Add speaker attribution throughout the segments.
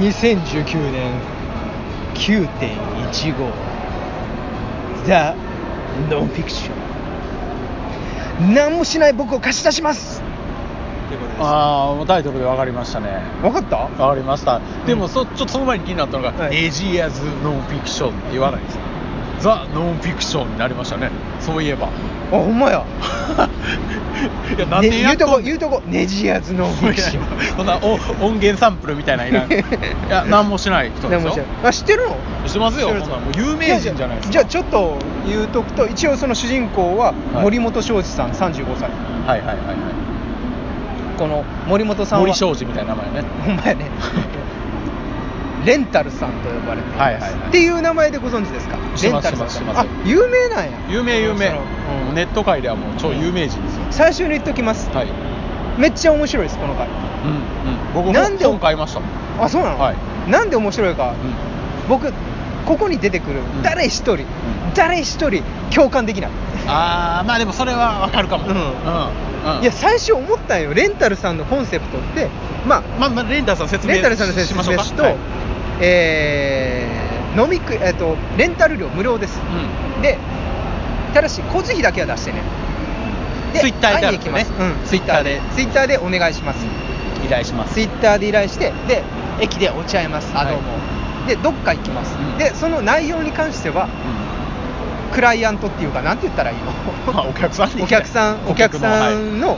Speaker 1: 2019年9.15 The Nonfiction 何もしない僕を貸し出しますってことです
Speaker 2: ああもうタイトルで分かりましたね
Speaker 1: 分かった
Speaker 2: 分かりましたでもそ、ちょっとその前に気になったのが「
Speaker 1: はい
Speaker 2: エイジアズ・ノンフィクション」って言わないですザ・ノンフィクションになりましたねそう いえば
Speaker 1: あほんまや
Speaker 2: いやなんで
Speaker 1: ね言
Speaker 2: やっ
Speaker 1: うと
Speaker 2: と
Speaker 1: こ
Speaker 2: ん
Speaker 1: 言うとこネジやつのフィクション
Speaker 2: そんなお音源サンプルみたいなのい らんいや何もしない人で
Speaker 1: 何
Speaker 2: す
Speaker 1: も
Speaker 2: よ
Speaker 1: しないあ知ってるの
Speaker 2: してますよ
Speaker 1: 知
Speaker 2: そ
Speaker 1: っ
Speaker 2: ん
Speaker 1: てる
Speaker 2: なもう有名人じゃないですか
Speaker 1: じゃあじゃあちょっと言うとくと一応その主人公は
Speaker 2: はい
Speaker 1: 森本庄司さん35歳
Speaker 2: はいはいはいは
Speaker 1: この森本さんは
Speaker 2: い森庄司みたいな名前ね
Speaker 1: ほんまやねレンタルさんと呼ばれています、
Speaker 2: はいはいはい
Speaker 1: っていう名前でご存知ですか
Speaker 2: 知って
Speaker 1: レン
Speaker 2: ます
Speaker 1: タルさんって
Speaker 2: 知ってます知
Speaker 1: あ
Speaker 2: ってま
Speaker 1: 有名なんや
Speaker 2: 有名有名
Speaker 1: その
Speaker 2: も
Speaker 1: う
Speaker 2: うんネット界ではもう超有名人ですよ
Speaker 1: 最初に言っときます、
Speaker 2: はい
Speaker 1: めっちゃ面白いですこの回
Speaker 2: うんうん僕も
Speaker 1: なんで
Speaker 2: 本買いましたもん
Speaker 1: あそうなの、
Speaker 2: はい
Speaker 1: なんで面白いか、
Speaker 2: う
Speaker 1: 僕ここに出てくる
Speaker 2: ん
Speaker 1: 誰一人、誰一人共感できない、
Speaker 2: んああまあでもそれはわかるかも
Speaker 1: うん
Speaker 2: うんうん
Speaker 1: いや最初思ったんよレンタルさんのコンセプトってまあ
Speaker 2: まあまあレンタルさん説明
Speaker 1: レンタルさんの説
Speaker 2: し
Speaker 1: 明
Speaker 2: ましょうか
Speaker 1: ですと、
Speaker 2: はい
Speaker 1: えー飲みく、えっとレンタル料無料です、でただし交通費だけは出してね
Speaker 2: うんツイッターであ
Speaker 1: 会いに
Speaker 2: る
Speaker 1: 行き
Speaker 2: と
Speaker 1: ま
Speaker 2: ね
Speaker 1: す、うん、
Speaker 2: ツイッターで
Speaker 1: ツイッターでお願いします、
Speaker 2: 依頼します
Speaker 1: ツイッターで依頼してで駅で落ち合いますあ
Speaker 2: はい
Speaker 1: どうも、でどっか行きます、
Speaker 2: うん
Speaker 1: でその内容に関しては
Speaker 2: うん
Speaker 1: クライアントっていうかなんて言ったらいいの
Speaker 2: まあお客さんに
Speaker 1: お客さんお客さんの、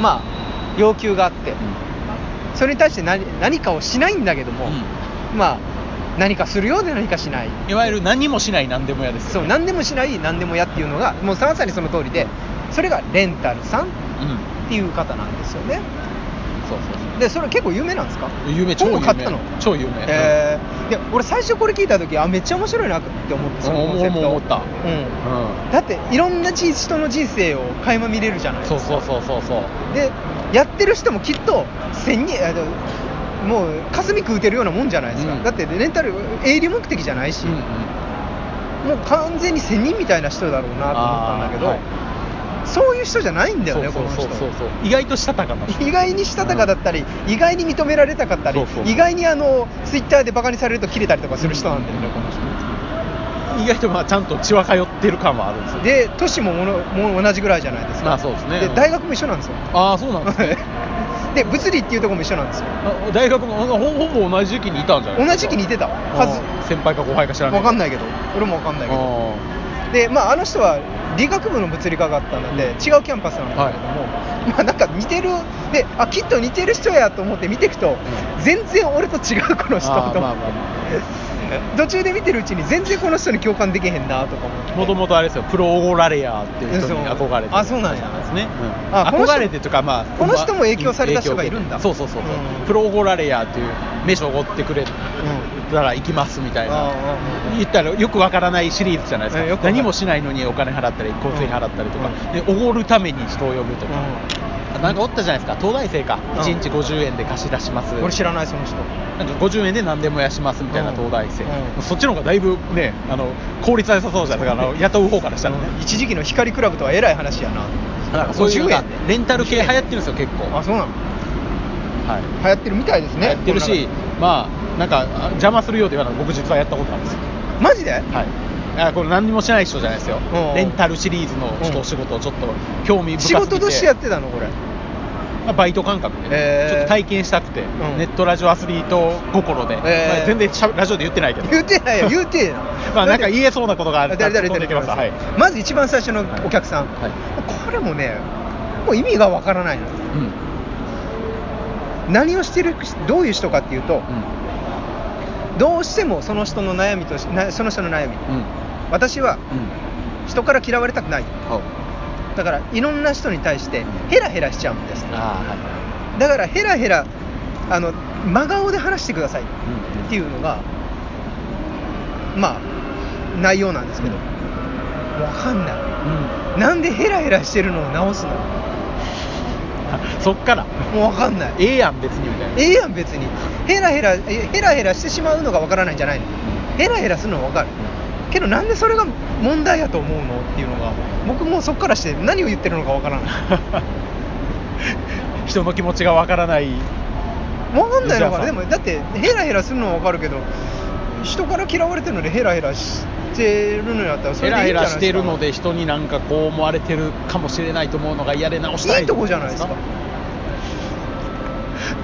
Speaker 1: まあ要求があって、それに対して何何かをしないんだけども、まあ何かするようで何かしない
Speaker 2: いわゆる何もしない何でも屋です
Speaker 1: そ
Speaker 2: よ
Speaker 1: う
Speaker 2: ね
Speaker 1: 何でもしない何でもやっていうのがもうまさにその通りでそれがレンタルさんっ
Speaker 2: うん
Speaker 1: ていう方なんですよね
Speaker 2: そうそうそう
Speaker 1: でそれ結構有名なんですか
Speaker 2: 有名超有
Speaker 1: 本
Speaker 2: 名
Speaker 1: 買ったの
Speaker 2: 超有名
Speaker 1: えー、で俺最初これ聞いた時あめっちゃ面白いなって思ってそのコンセプト
Speaker 2: うん思った思
Speaker 1: うん
Speaker 2: う
Speaker 1: だっていろんな人人の人生を垣間見れるじゃない
Speaker 2: ん
Speaker 1: です
Speaker 2: そ
Speaker 1: か
Speaker 2: うそうそうそうそう
Speaker 1: でやってる人もきっと千人あのもう霞食うてるようなもんじゃないですか、
Speaker 2: うん
Speaker 1: だってレンタル営利目的じゃないし、
Speaker 2: うんうん
Speaker 1: もう完全に仙人みたいな人だろうなと思ったんだけど、
Speaker 2: あーはい
Speaker 1: そういう人じゃないんだよね
Speaker 2: そうそうそう
Speaker 1: こ
Speaker 2: そう
Speaker 1: の人
Speaker 2: そう意外としたたかな人
Speaker 1: 意外にしたたかだったり、意外に認められたかったり
Speaker 2: そうそう
Speaker 1: 意外にあのツイッターでバカにされると切れたりとかする人なんだよね、この人
Speaker 2: 意外とまあちゃんと血は通ってる感はあるんですよ
Speaker 1: で年もものもう同じぐらいじゃないですか、
Speaker 2: まあそうですね
Speaker 1: で大学も一緒なんですよ
Speaker 2: ああそうなんですね
Speaker 1: で物理っていうところも一緒なんですよ
Speaker 2: あ大学もほほぼ同じ時期にいたんじゃない
Speaker 1: 同じ時期にいてたはず
Speaker 2: うん先輩か後輩か知らない
Speaker 1: 分かん
Speaker 2: い
Speaker 1: ないけど俺も分かんないけど
Speaker 2: は
Speaker 1: で、まあ、あの人は理学部の物理科があったので、
Speaker 2: うん
Speaker 1: 違うキャンパスなんだけど、まあ、なんか似てるであきっと似てる人やと思って見ていくと、
Speaker 2: ん
Speaker 1: 全然俺と違うこの人と思っ
Speaker 2: あー
Speaker 1: て、
Speaker 2: まあまあま
Speaker 1: 途中で見てるうちに全然この人に共感できへんなとか思って
Speaker 2: いもともとあれですよプロオゴラレアーっていう人に憧れて
Speaker 1: そうあそうなんや
Speaker 2: ですね、うん
Speaker 1: あこの人
Speaker 2: 憧れてというかまあ
Speaker 1: この人も影響された人がいるんだ
Speaker 2: 影響を受けてそうそうそうそう、
Speaker 1: うん
Speaker 2: プロオゴラレアーっていう名所をおごってくれたら行きますみたいな言ったらよくわからないシリーズじゃないです
Speaker 1: え
Speaker 2: か、
Speaker 1: よくわかる
Speaker 2: 何もしないのにお金払ったり交通費払ったりとか、
Speaker 1: うん
Speaker 2: でおごるために人を呼ぶと
Speaker 1: うん
Speaker 2: か、なんかおったじゃないですか東大生か、
Speaker 1: うん
Speaker 2: 1日50円で貸し出します
Speaker 1: うん俺知らないその人
Speaker 2: なんか50円で何でもやしますみたいな
Speaker 1: うん
Speaker 2: 東大生、
Speaker 1: うん
Speaker 2: そっちの方がだいぶねあの効率は良さそうじゃないですかあの雇う方からしたらね、
Speaker 1: うん一時期の光クラブとはえらい話やな
Speaker 2: なんかそういうの
Speaker 1: 50
Speaker 2: が
Speaker 1: 円
Speaker 2: レンタル系流行ってるんですよ結構、
Speaker 1: あそうなの
Speaker 2: はい
Speaker 1: 流行ってるみたいですね
Speaker 2: やってるし
Speaker 1: こ
Speaker 2: まあなんかあ邪魔するようで言わない僕実はやったことあるんですよ
Speaker 1: の中でマジで
Speaker 2: はい、あこれ何にもしない人じゃないですよ
Speaker 1: うん、
Speaker 2: レンタルシリーズのちょっと
Speaker 1: うん
Speaker 2: お仕事をちょっと興味深すぎ
Speaker 1: 仕
Speaker 2: て
Speaker 1: 事としてやってたのこれ
Speaker 2: まあバイト感覚でね、
Speaker 1: へー
Speaker 2: ちょっと体験したくて、
Speaker 1: ん
Speaker 2: ネットラジオアスリート心で、
Speaker 1: へー
Speaker 2: まあ全然しゃラジオで言ってないけど、
Speaker 1: 言うて ないよ言うてえな
Speaker 2: まあ、なんか言えそうなことがある
Speaker 1: 誰誰
Speaker 2: 飛ん
Speaker 1: 誰
Speaker 2: できます、はい、
Speaker 1: まず一番最初のお客さん、
Speaker 2: はい
Speaker 1: これもねもう意味がわからないの
Speaker 2: うんうん
Speaker 1: 何をしてるどういう人かっていうとどうしてもその人の悩みとしなその人の悩み
Speaker 2: うん
Speaker 1: 私は
Speaker 2: うん
Speaker 1: 人から嫌われたくない
Speaker 2: はい
Speaker 1: だからいろんな人に対してヘラヘラしちゃうんです
Speaker 2: あーはい
Speaker 1: だからヘラヘラあの真顔で話してくださいっ
Speaker 2: うん
Speaker 1: ていうのがまあ内容なんですけどわかんないなんでヘラヘラしてるのを直すのも
Speaker 2: うんそっから
Speaker 1: うわかんない
Speaker 2: ええやん別にみたいな
Speaker 1: ええやん別にヘラヘラえヘラヘラしてしまうのがわからないんじゃないのヘラヘラするのはわかるけどなんでそれが問題やと思うのっていうのが僕もうそっからして何を言ってるのかわからない
Speaker 2: 人の気持ちがわからない
Speaker 1: 分かんないのかなで
Speaker 2: 西田さん
Speaker 1: もだってヘラヘラするのは分かるけど人から嫌われてるのでヘラヘラしてるのやったらそれ
Speaker 2: ヘ
Speaker 1: でいい
Speaker 2: ラヘ
Speaker 1: んじゃ
Speaker 2: ラ
Speaker 1: ないです
Speaker 2: し
Speaker 1: か
Speaker 2: てるので人になんかこう思われてるかもしれないと思うのが嫌で直したい
Speaker 1: いいとこじゃないですか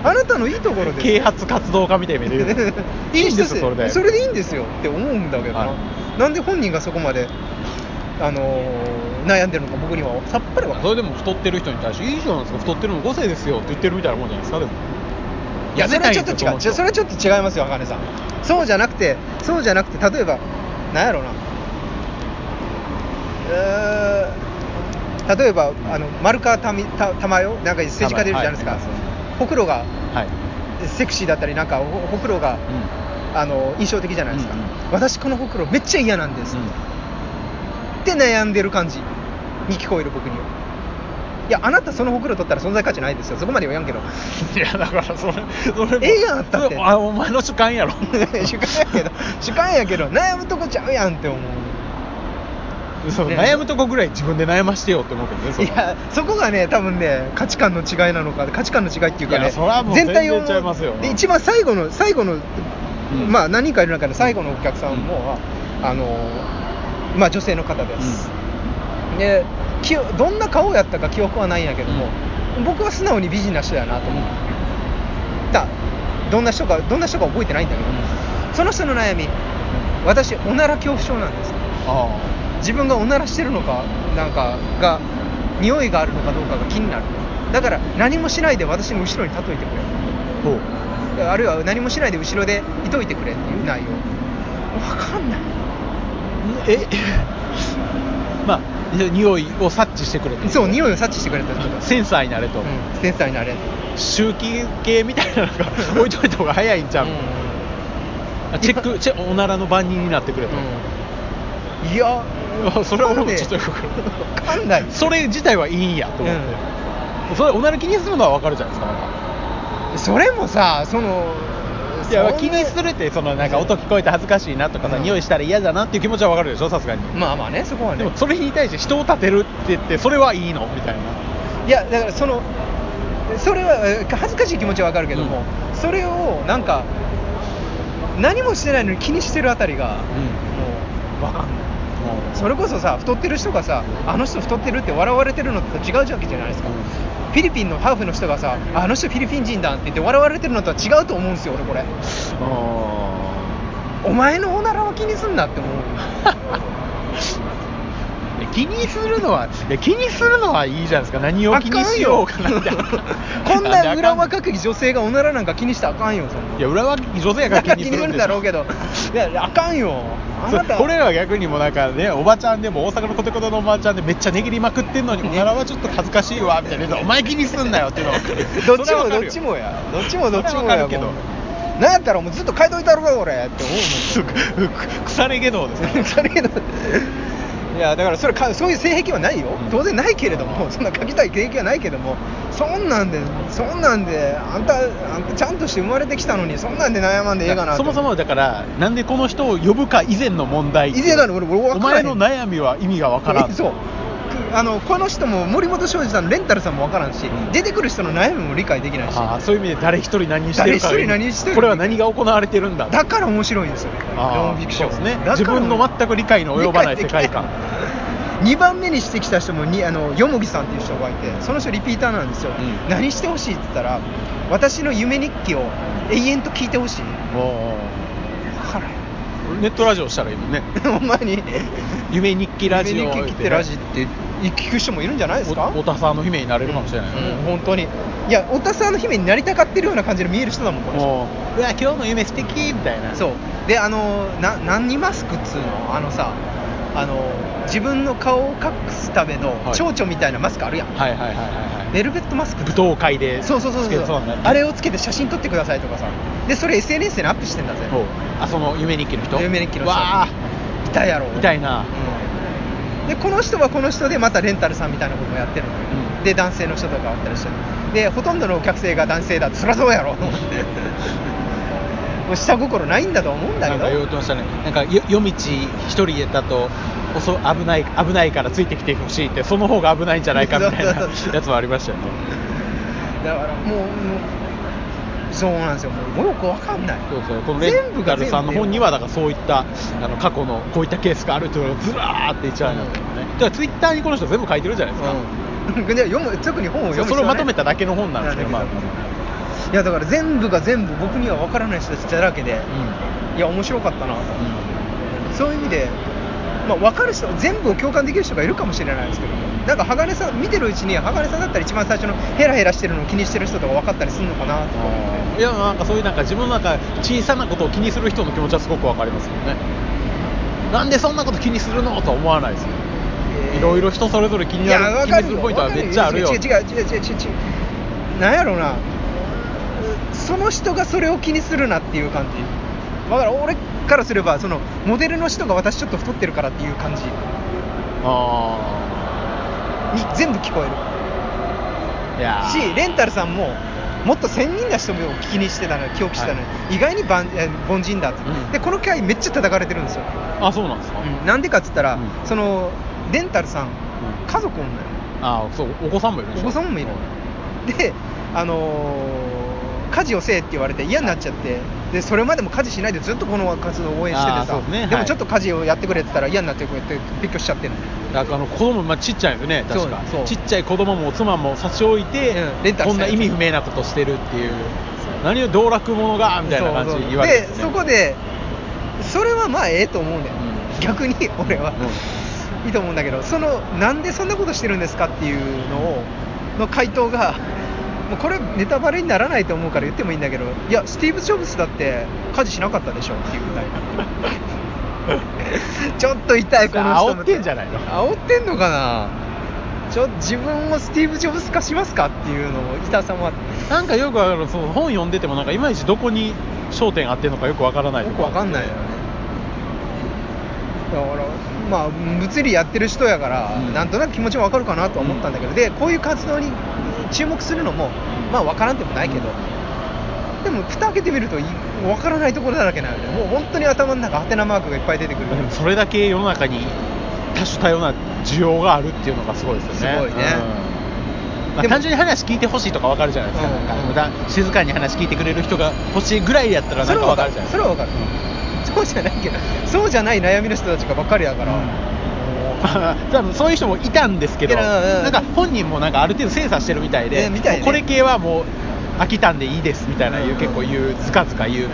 Speaker 1: あなたのいいところです
Speaker 2: 啓発活動家みたいな目で 言ういいんですよそれで
Speaker 1: それでいいんですよって思うんだけどな、
Speaker 2: は
Speaker 1: なんで本人がそこまで、あのー悩んでるのか僕にはさっぱりわかん
Speaker 2: そ
Speaker 1: ない
Speaker 2: れでも太ってる人に対していいじゃないですか太ってるの5世ですよって言ってるみたいなもんじゃないですかでも
Speaker 1: いやそれはちょっと違うちょそれは
Speaker 2: ち
Speaker 1: ちょっと違いますよ茜さんそうじゃなくてそうじゃなくて例えばなんやろうなえー例えばあの丸川たみた玉代なんか政治家出るじゃないですか、
Speaker 2: はい
Speaker 1: ほくろが
Speaker 2: はい、
Speaker 1: セクシーだったりなんかほほくろが、あの印象的じゃないですか、
Speaker 2: うんうん
Speaker 1: 私このほくろめっちゃ嫌なんです、って悩んでる感じに聞こえる僕にはいやあなたそのほくろ取ったら存在価値ないですよそこまでは言わんけど
Speaker 2: いやだからそれそれも
Speaker 1: ええやんだって
Speaker 2: それもあお前の主 観やろ
Speaker 1: 主観やけど主観やけど悩むとこちゃうやんって思
Speaker 2: そう
Speaker 1: ね
Speaker 2: 悩むとこぐらい自分で悩ましてよって思うけどね
Speaker 1: う
Speaker 2: そ
Speaker 1: い
Speaker 2: れ
Speaker 1: やそこがね多分ね価値観の違いなのか価値観の違いっていうか
Speaker 2: い
Speaker 1: ね
Speaker 2: やそれはもう
Speaker 1: 全体を
Speaker 2: 全然ちゃいますよ
Speaker 1: で一番最後の最後の、
Speaker 2: うん
Speaker 1: まあ何人かいる中で最後のお客さんも、あのまあ女性の方です、で記憶どんな顔やったか記憶はないんやけども、僕は素直に美人な人やなと思ったどんな人かどんな人か覚えてないんだけど、その人の悩み私おなら恐怖症なんです
Speaker 2: あ
Speaker 1: 自分がおならしてるのかなんかが匂いがあるのかどうかが気になるだから何もしないで私の後ろに立っといてく
Speaker 2: あほう
Speaker 1: れあるいは何もしないで後ろでいといてくれっていう内容わかんない
Speaker 2: え まあ匂いを察知してくれて
Speaker 1: そう匂いを察知してくれた人だ、
Speaker 2: センサーになれと、
Speaker 1: うん、センサーになれん
Speaker 2: 周期系みたいなのが置いといた方が早いんちゃう、あチェックチェおならの番人になってくれと、
Speaker 1: うんいや
Speaker 2: あそれは俺もちょっとよ くわか
Speaker 1: わか
Speaker 2: んない
Speaker 1: んない
Speaker 2: それ自体はいいんやと思って、それおなら気にするのは分かるじゃないですかなん
Speaker 1: それもさその
Speaker 2: かいや
Speaker 1: そん
Speaker 2: 気
Speaker 1: な
Speaker 2: にするってそのなんか音聞こえて恥ずかしいなとかさ、
Speaker 1: うん
Speaker 2: 匂いしたら嫌だなっていう気持ちは分かるでしょさすがに
Speaker 1: まあまあねそこはね
Speaker 2: でもそれに対して人を立てるって言ってそれはいいのみたいない
Speaker 1: やだからそのそれはえ恥ずかしい気持ちはわかるけども、それをなんか何もしてないのに気にしてるあたりが、もうわかんないそれこそさ太ってる人がさあの人太ってるって笑われてるのと違うわけじゃないですか、
Speaker 2: うん
Speaker 1: フィリピンのハーフの人がさあの人フィリピン人だって言って笑われてるのとは違うと思うんですよ俺これお前のおならは気にすんなって 思う
Speaker 2: いや気にするのはいや気にするのはいいじゃないですか何を気にしようか なって
Speaker 1: こんな裏若
Speaker 2: く
Speaker 1: き女性がおならなんか気にしたらあかんよそんない
Speaker 2: や裏若き女性やから気にするんでしょ
Speaker 1: んだろうけどいやあかんよあなた
Speaker 2: そう俺らは逆にもうなんかねおばちゃんでも大阪のコテコテのおばちゃんでめっちゃ値切りまくってんのに、おならはちょっと恥ずかしいわみたいな言うとお前気にすんなよっていうのは分かる
Speaker 1: どっち
Speaker 2: それは
Speaker 1: も
Speaker 2: 分か
Speaker 1: ど
Speaker 2: る
Speaker 1: っ
Speaker 2: よ
Speaker 1: ちもやどっちもどっちも
Speaker 2: それは分か
Speaker 1: や
Speaker 2: るけど
Speaker 1: もうなんやったらもうずっと書いといたろか俺って思う
Speaker 2: そうくく腐れ下道です
Speaker 1: もんそれけど いやだからそれかそういう性癖はないよ
Speaker 2: うん
Speaker 1: 当然ないけれどもそんな書きたい性癖はないけどもそんなんでそんなんであんたあんたちゃんとして生まれてきたのにそんなんで悩まんでええかな
Speaker 2: そもそもだからなんでこの人を呼ぶか以前の問題
Speaker 1: 以前なの俺俺
Speaker 2: お
Speaker 1: 分からへ
Speaker 2: 前
Speaker 1: ん
Speaker 2: の悩みは意味がわからん
Speaker 1: そうあのこの人も森本庄司さんのレンタルさんも分からんし、
Speaker 2: うん
Speaker 1: 出てくる人の悩みも理解できないし
Speaker 2: ああそういう意味で誰一人何してるか
Speaker 1: 誰一人何してるか
Speaker 2: これは何が行われてるんだ
Speaker 1: だから面白いんですよノ
Speaker 2: あ
Speaker 1: ン
Speaker 2: あ
Speaker 1: フィクション
Speaker 2: そう
Speaker 1: は
Speaker 2: ですね
Speaker 1: だから
Speaker 2: 自分の全く理解の及ばない世界観
Speaker 1: 理解できない2番目にしてきた人もにあのよもぎさんっていう人がいてその人リピーターなんですよ、
Speaker 2: うん
Speaker 1: 何してほしいって言ったら私の夢日記を永遠と聞いてほしい
Speaker 2: も
Speaker 1: 分からへ
Speaker 2: うネットラジオしたらいいのね
Speaker 1: ん ほんまに
Speaker 2: 夢日記ラジオ
Speaker 1: 夢日記ってラジって聞く人もいるんじゃないですか
Speaker 2: おお田さんの姫になれるかもしれないよね、
Speaker 1: うん本当にいや太田さんの姫になりたがってるような感じで見える人だもんこの人
Speaker 2: もううわ今日の夢素敵みたいな
Speaker 1: そうであのな何マスクっつうのあのさあの自分の顔を隠すための
Speaker 2: はい
Speaker 1: 蝶々みたいなマスクあるやん、
Speaker 2: はいはいはいはいはい
Speaker 1: ベルベットマスク
Speaker 2: 舞踏会で
Speaker 1: そうそうそう
Speaker 2: つけ
Speaker 1: そ
Speaker 2: て
Speaker 1: う
Speaker 2: そうなんだね
Speaker 1: あれをつけて写真撮ってくださいとかさでそれ SNS にアップしてんだぜ
Speaker 2: ほうあその夢日記の人
Speaker 1: 夢日記の人
Speaker 2: わあ
Speaker 1: いたやろ
Speaker 2: みたいな
Speaker 1: うんでこの人はこの人でまたレンタルさんみたいなこともやってるのよ、
Speaker 2: うん
Speaker 1: で男性の人とかおったりしてでほとんどのお客さんが男性だってそりゃそうやろと思って もう下心ないんだと思うんだけ
Speaker 2: なんか言お
Speaker 1: ど
Speaker 2: うとしたねなんかよ夜道一人だとおそ危ない危ないからついてきてほしいってその方が危ないんじゃないかみたいな
Speaker 1: そうそうそう
Speaker 2: やつもありましたよね
Speaker 1: だからもうもうそうなんですよもうよくわかんない
Speaker 2: そうそうこのレンタルさんの本にはだからそういったあの過去のこういったケースがあるというのがずらーって一覧になってるのね、だからツイッターにこの人全部書いてるじゃないですか、
Speaker 1: うん、で読む特に本を読む
Speaker 2: そう
Speaker 1: 必要はね、
Speaker 2: それをまとめただけの本なんですけどまあ、
Speaker 1: いやだいやだから全部が全部僕には分からない人たちだらけで、いや面白かったなと、そういう意味で、まあ、分かる人全部を共感できる人がいるかもしれないですけどなんか鋼さん見てるうちに鋼さんだったら一番最初のヘラヘラしてるのを気にしてる人とか分かったりするのかなとか
Speaker 2: いやなんかそういうなんか自分の中小さなことを気にする人の気持ちはすごくわかりますよねなんでそんなこと気にするのとは思わないですよいろいろ人それぞれ気
Speaker 1: い
Speaker 2: にな
Speaker 1: や
Speaker 2: る
Speaker 1: 分
Speaker 2: 気
Speaker 1: かる
Speaker 2: にす
Speaker 1: よ
Speaker 2: るポイントはめっちゃあるよ
Speaker 1: 分かる違う違う違う違う違う違うなんやろうなその人がそれを気にするなっていう感じだから俺からすればそのモデルの人が私ちょっと太ってるからっていう感じに
Speaker 2: あ
Speaker 1: 全部聞こえる
Speaker 2: あいやー
Speaker 1: しレンタルさんももっと仙人な人も気にしてたのに狂気してたのに、意外にばんえー凡人だって、
Speaker 2: うん
Speaker 1: でこの回めっちゃ叩かれてるんですよ
Speaker 2: あそうなんですか、
Speaker 1: うんなんでかっつったら、
Speaker 2: うん
Speaker 1: そのレンタルさん
Speaker 2: ん
Speaker 1: 家族おんのよ
Speaker 2: あそうお子さんもいるん
Speaker 1: お
Speaker 2: でしょ
Speaker 1: 子さんもいるであのー家事をせえって言われて嫌になっちゃってでそれまでも家事しないでずっとこの活動を応援してて
Speaker 2: あーそう
Speaker 1: さ
Speaker 2: ですねはい
Speaker 1: でもちょっと家事をやってくれって言ったら嫌になってくれて別居しちゃってるの
Speaker 2: だからあの子供まあちっちゃいよね確か
Speaker 1: そうそう
Speaker 2: ちっちゃい子供も妻も差し置いて、
Speaker 1: うんレンタル
Speaker 2: こんな意味不明なことしてるっていう何を道楽者がみたいな感じで言われて、ね、
Speaker 1: そうそうでそこでそれはまあええと思うね、
Speaker 2: うん
Speaker 1: ん、逆に俺は、いいと思うんだけどそのなんでそんなことしてるんですかっていうのをの回答がもうこれネタバレにならないと思うから言ってもいいんだけどいやスティーブ・ジョブズだって家事しなかったでしょっていうみたい なちょっと痛いこの人
Speaker 2: 煽ってんじゃないの
Speaker 1: 煽ってんのかなちょ自分をスティーブ・ジョブズ化しますかっていうのを痛さもあって
Speaker 2: なんかよくあのその本読んでてもなんかいまいちどこに焦点があってるのかよくわからない
Speaker 1: よくわかんないよねだからまあ物理やってる人やから、
Speaker 2: うん
Speaker 1: なんとなく気持ちはわかるかなとは思ったんだけど、でこういう活動に注目するのもまあわからんでもないけど、でも蓋開けてみるといわからないところだらけなのでもう本当に頭の中ハテナマークがいっぱい出てくる
Speaker 2: でもそれだけ世の中に多種多様な需要があるっていうのがすごいですよね
Speaker 1: すごいね
Speaker 2: うんまあ
Speaker 1: でも
Speaker 2: 単純に話聞いてほしいとかわかるじゃないですか,、
Speaker 1: うん
Speaker 2: なんか無駄静かに話聞いてくれる人が欲しいぐらいやったら
Speaker 1: そ
Speaker 2: なん
Speaker 1: れ
Speaker 2: か
Speaker 1: はわ
Speaker 2: わか
Speaker 1: かる
Speaker 2: るじゃない
Speaker 1: それはわかる、そうじゃないけどそうじゃない悩みの人たちがばっかりだから、
Speaker 2: うん 多分そういう人もいたんですけど、
Speaker 1: いやいやいや
Speaker 2: なんか本人もなんかある程度精査してるみたいで、
Speaker 1: ねみたいね
Speaker 2: もうこれ系はもう飽きたんでいいですみたいな言う、
Speaker 1: うん
Speaker 2: 結構言う、ずかずか言う、
Speaker 1: うん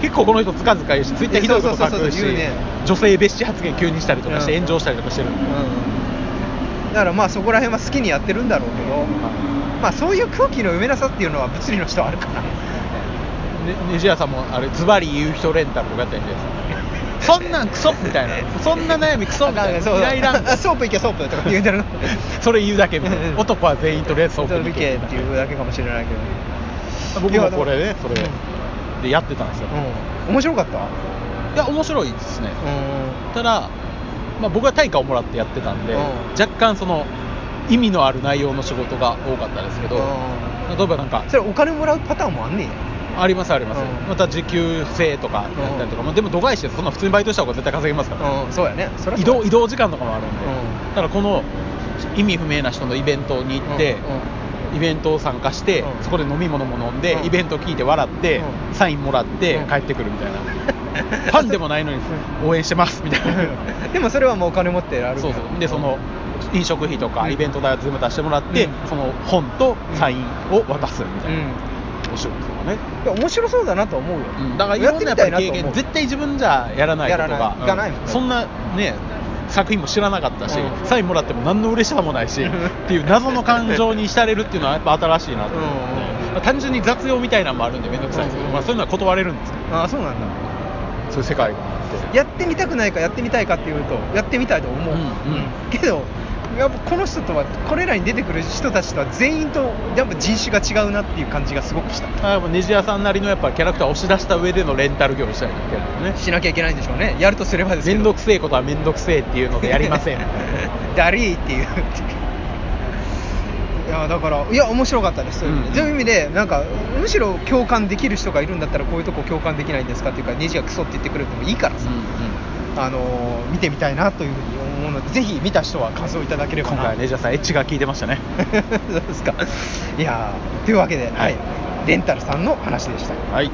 Speaker 2: 結構この人、ずかずか言うし、ツイッターひどいこと書
Speaker 1: そうそう
Speaker 2: く
Speaker 1: そう
Speaker 2: し
Speaker 1: そう言うね、
Speaker 2: 女性蔑視発言急にしたりとかして、
Speaker 1: うん
Speaker 2: 炎上したりとかしてるんで、
Speaker 1: うんだからまあそこら辺は好きにやってるんだろうけど、まあそういう空気の埋めなさっていうのは物理の人はあるかな
Speaker 2: ね西谷さんもあれ、ズバリ言う人レンタルとかやったりして、そんなんクソみたいな、そんな悩みクソみたいな、
Speaker 1: そう
Speaker 2: イライラみたいな
Speaker 1: ソープ行けソープとかって言うてる の
Speaker 2: それ言うだけみたいな、男は全員とりあえず
Speaker 1: ソ
Speaker 2: 送
Speaker 1: ープ
Speaker 2: り
Speaker 1: 行
Speaker 2: に行け
Speaker 1: けっていうだけかもしれないけど
Speaker 2: 僕もこれね、それ
Speaker 1: う
Speaker 2: でやってたんですよ。
Speaker 1: ん、面白かった
Speaker 2: いや面白いですね
Speaker 1: う
Speaker 2: ただ、まあ、僕は対価をもらってやってたんで、
Speaker 1: うん
Speaker 2: 若干その意味のある内容の仕事が多かったですけど、
Speaker 1: う
Speaker 2: 例えばなんか
Speaker 1: んそれお金もらうパターンもあんねん
Speaker 2: ありますあります、
Speaker 1: うん
Speaker 2: また時給制とかやったりとか、まあでも度外視ですそんな普通にバイトした方が絶対稼げますから、
Speaker 1: うんそうやねそれは
Speaker 2: 移
Speaker 1: そう
Speaker 2: 動移動時間とかもあるんで、
Speaker 1: う
Speaker 2: ただこの意味不明な人のイベントに行って、
Speaker 1: うんうん
Speaker 2: イベントを参加して、
Speaker 1: うん
Speaker 2: そこで飲み物も飲んで、
Speaker 1: うん
Speaker 2: イベント聞いて笑って、
Speaker 1: うん
Speaker 2: サインもらって、
Speaker 1: うん
Speaker 2: 帰ってくるみたいなファンでもないのに応援してますみたいな
Speaker 1: でもそれはもうお金持ってあるか
Speaker 2: そう
Speaker 1: ら
Speaker 2: そうでその飲食費とか
Speaker 1: うん
Speaker 2: イベント代を全部出してもらって、
Speaker 1: うん
Speaker 2: その本とサインを渡すみ
Speaker 1: う
Speaker 2: た
Speaker 1: ん
Speaker 2: いな、お仕事とかね、
Speaker 1: いや面白そうだなと思うよ、
Speaker 2: うんだからい
Speaker 1: や
Speaker 2: ろ
Speaker 1: って
Speaker 2: んなや
Speaker 1: み
Speaker 2: っぱ
Speaker 1: たいなと
Speaker 2: り経
Speaker 1: 思
Speaker 2: 験
Speaker 1: う
Speaker 2: 絶対自分じゃやらないこと
Speaker 1: やら
Speaker 2: が
Speaker 1: ないいかないもん
Speaker 2: うんそんなね作品も知らなかったし、
Speaker 1: うん
Speaker 2: サインもらっても何の嬉しさもないし、っていう謎の感情に浸れるっていうのはやっぱ新しいなと思って、
Speaker 1: うん
Speaker 2: まあ単純に雑用みたいなのもあるんで面倒くさいんですけど、
Speaker 1: うん
Speaker 2: まあ、そういうのは断れるんですけど
Speaker 1: ああそうなんだ
Speaker 2: そういう世界があって
Speaker 1: やってみたくないかやってみたいかっていうとやってみたいと思う、
Speaker 2: うんうん
Speaker 1: けどやっぱこの人とはこれらに出てくる人たちとは全員とやっぱ人種が違うなっていう感じがすごくした
Speaker 2: あやっぱネジ屋さんなりのやっぱキャラクターを押し出した上でのレンタル業をしたいといけないよね
Speaker 1: しなきゃいけないんでしょうねやるとすればですけ
Speaker 2: 面
Speaker 1: ど
Speaker 2: 倒くせえことは面倒くせえっていうのでやり ません
Speaker 1: だりーっていういやだからいや面白かったですそういう意味で,、
Speaker 2: うん
Speaker 1: そういう意味でなんかむしろ共感できる人がいるんだったらこういうとこ共感できないんですかっていうかネジがクソって言ってくれるのもいいからさ、あのー見てみたいなというふうに思うのでぜひ見た人は感想いただければ
Speaker 2: 今
Speaker 1: な
Speaker 2: 回はネジ屋さんエッチが効いてましたね
Speaker 1: そうですか。いやーというわけで、
Speaker 2: は
Speaker 1: はいい、レンタルさんの話でした
Speaker 2: はい